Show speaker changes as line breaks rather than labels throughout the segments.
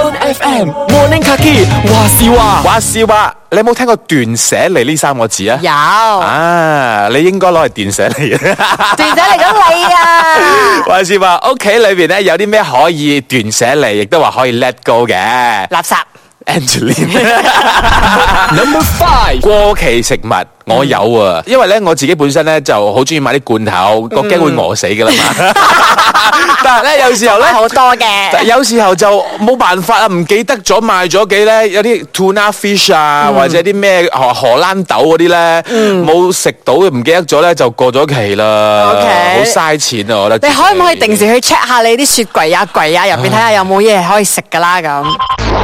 M Morning Kaki，話事話，
話是話，你有冇聽過斷捨離呢三個字啊？
有
啊，你應該攞嚟斷捨離 嘅。
段仔嚟緊你啊！
話是話，屋企裏邊咧有啲咩可以斷捨離，亦都話可以 let go 嘅。
垃圾
Angeline。
Number Five，
過期食物我有啊，
嗯
因為咧我自己本身咧就好中意買啲罐頭，我驚會餓死噶啦嘛。 但係咧有時候咧
係。嗯 好多嘅，
但有時候就冇辦法啊，唔記得咗買咗幾咧，有啲 tuna fish 啊，
嗯
或者啲咩荷荷蘭豆嗰啲咧，冇食到唔記得咗咧，就過咗期啦
OK
好嘥錢啊！我覺得
你可唔可以定時
時？
去 check 下你啲雪櫃啊櫃啊入邊睇下有冇嘢可以食噶啦咁？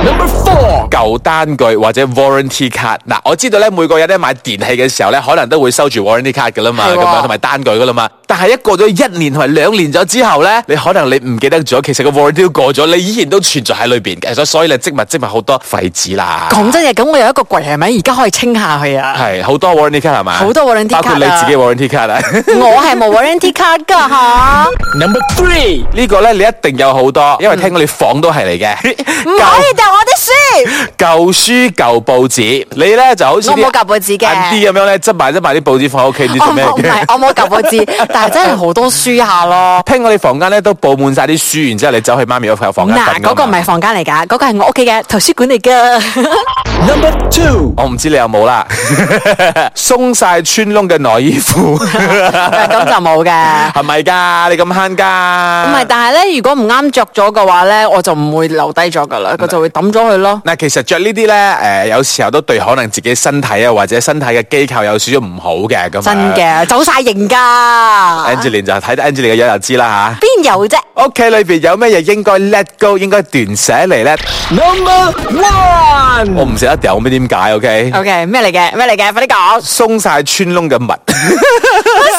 Number Four，
舊單據或者 warranty card 嗱，我知道咧每個人咧買電器嘅時候咧，可能都會收住 warranty card 噶啦嘛，
係喎
咁樣同埋單據噶啦嘛。但係一過咗一年同埋兩年咗之後咧，你可能你唔記得咗，其實個 warranty 都過咗，你依然都存在喺裏邊嘅，所所以你積物積物好多廢紙啦。
講真嘅，咁我有一個櫃係咪而家可以清下去啊？
係好多 warranty card 係嘛？
好多 warranty
包括
card
你
啊
自己 warranty card 啊。
我係冇 warranty card 噶吓，
Number Three，
呢個咧你一定有好多，因為聽講你房都係嚟嘅。
唔可以掉我啲書。
舊書舊報紙，你咧就好似啲
我冇舊報紙嘅
啲咁樣咧，執埋執埋啲報紙放喺屋企，唔知
我
做咩
冇唔係
嘅。
我冇舊報紙，但係真係好多書下咯。
聽我哋房間咧都佈滿晒啲書，然之後你走去媽咪嗰房間
嗱，
瞓㗎嘛
嗰個唔係房間嚟㗎，嗰個係我屋企嘅圖書館嚟㗎。
Number Two，
我唔知你有冇啦，鬆晒穿窿嘅內衣 褲
咁就冇嘅。
係咪㗎？你咁慳㗎？
唔係，但係咧，如果唔啱着咗嘅話咧，我就唔會留低咗㗎啦，我就會抌咗佢咯。
嗱，其實着呢啲咧，誒、有時候都對可能自己身體啊，或者身體嘅機構有少少唔好嘅咁樣。
真
啊
嘅，走晒型㗎，
Angeline 就睇到 Angeline 嘅樣就知啦
邊有啫？
吓。屋企裏邊有咩嘢應該 let go，應該斷捨離咧？
Number One，
我唔捨得掉，我唔知點解？OK，
OK，咩嚟嘅？咩嚟嘅？快啲講！
鬆晒穿窿嘅襪，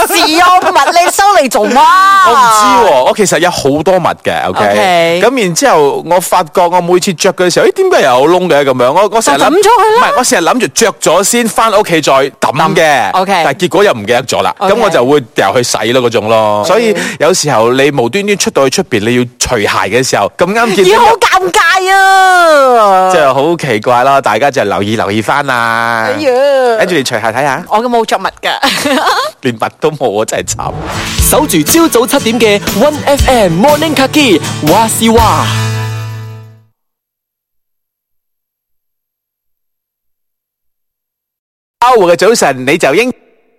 是啊，物你收嚟做乜？
我唔知
喎。
喎。我其實有好多襪嘅，OK。
啊 OK
咁然之後，我發覺我每次着嘅時候，咦，點解又有窿嘅咁樣？我我成日
就
諗
抌咗
唔
佢啦
係，我成日諗住着咗先，翻屋企再抌嘅。
OK
但係結果又唔記得咗啦，咁
OK
我就會掉去洗咯嗰種咯。所以有時候你無端端出到去出邊，你要除鞋嘅時候，咁啱見
咦，
到
好。尷尬啊！
即係好奇怪啦，大家就留意留意翻啦。
哎呀
跟住你除下睇下，
我嘅冇着物㗎。
連襪都冇啊，真係慘。
守住朝早七點嘅 One FM Morning Kaki，話事話。
周末嘅早晨你就應。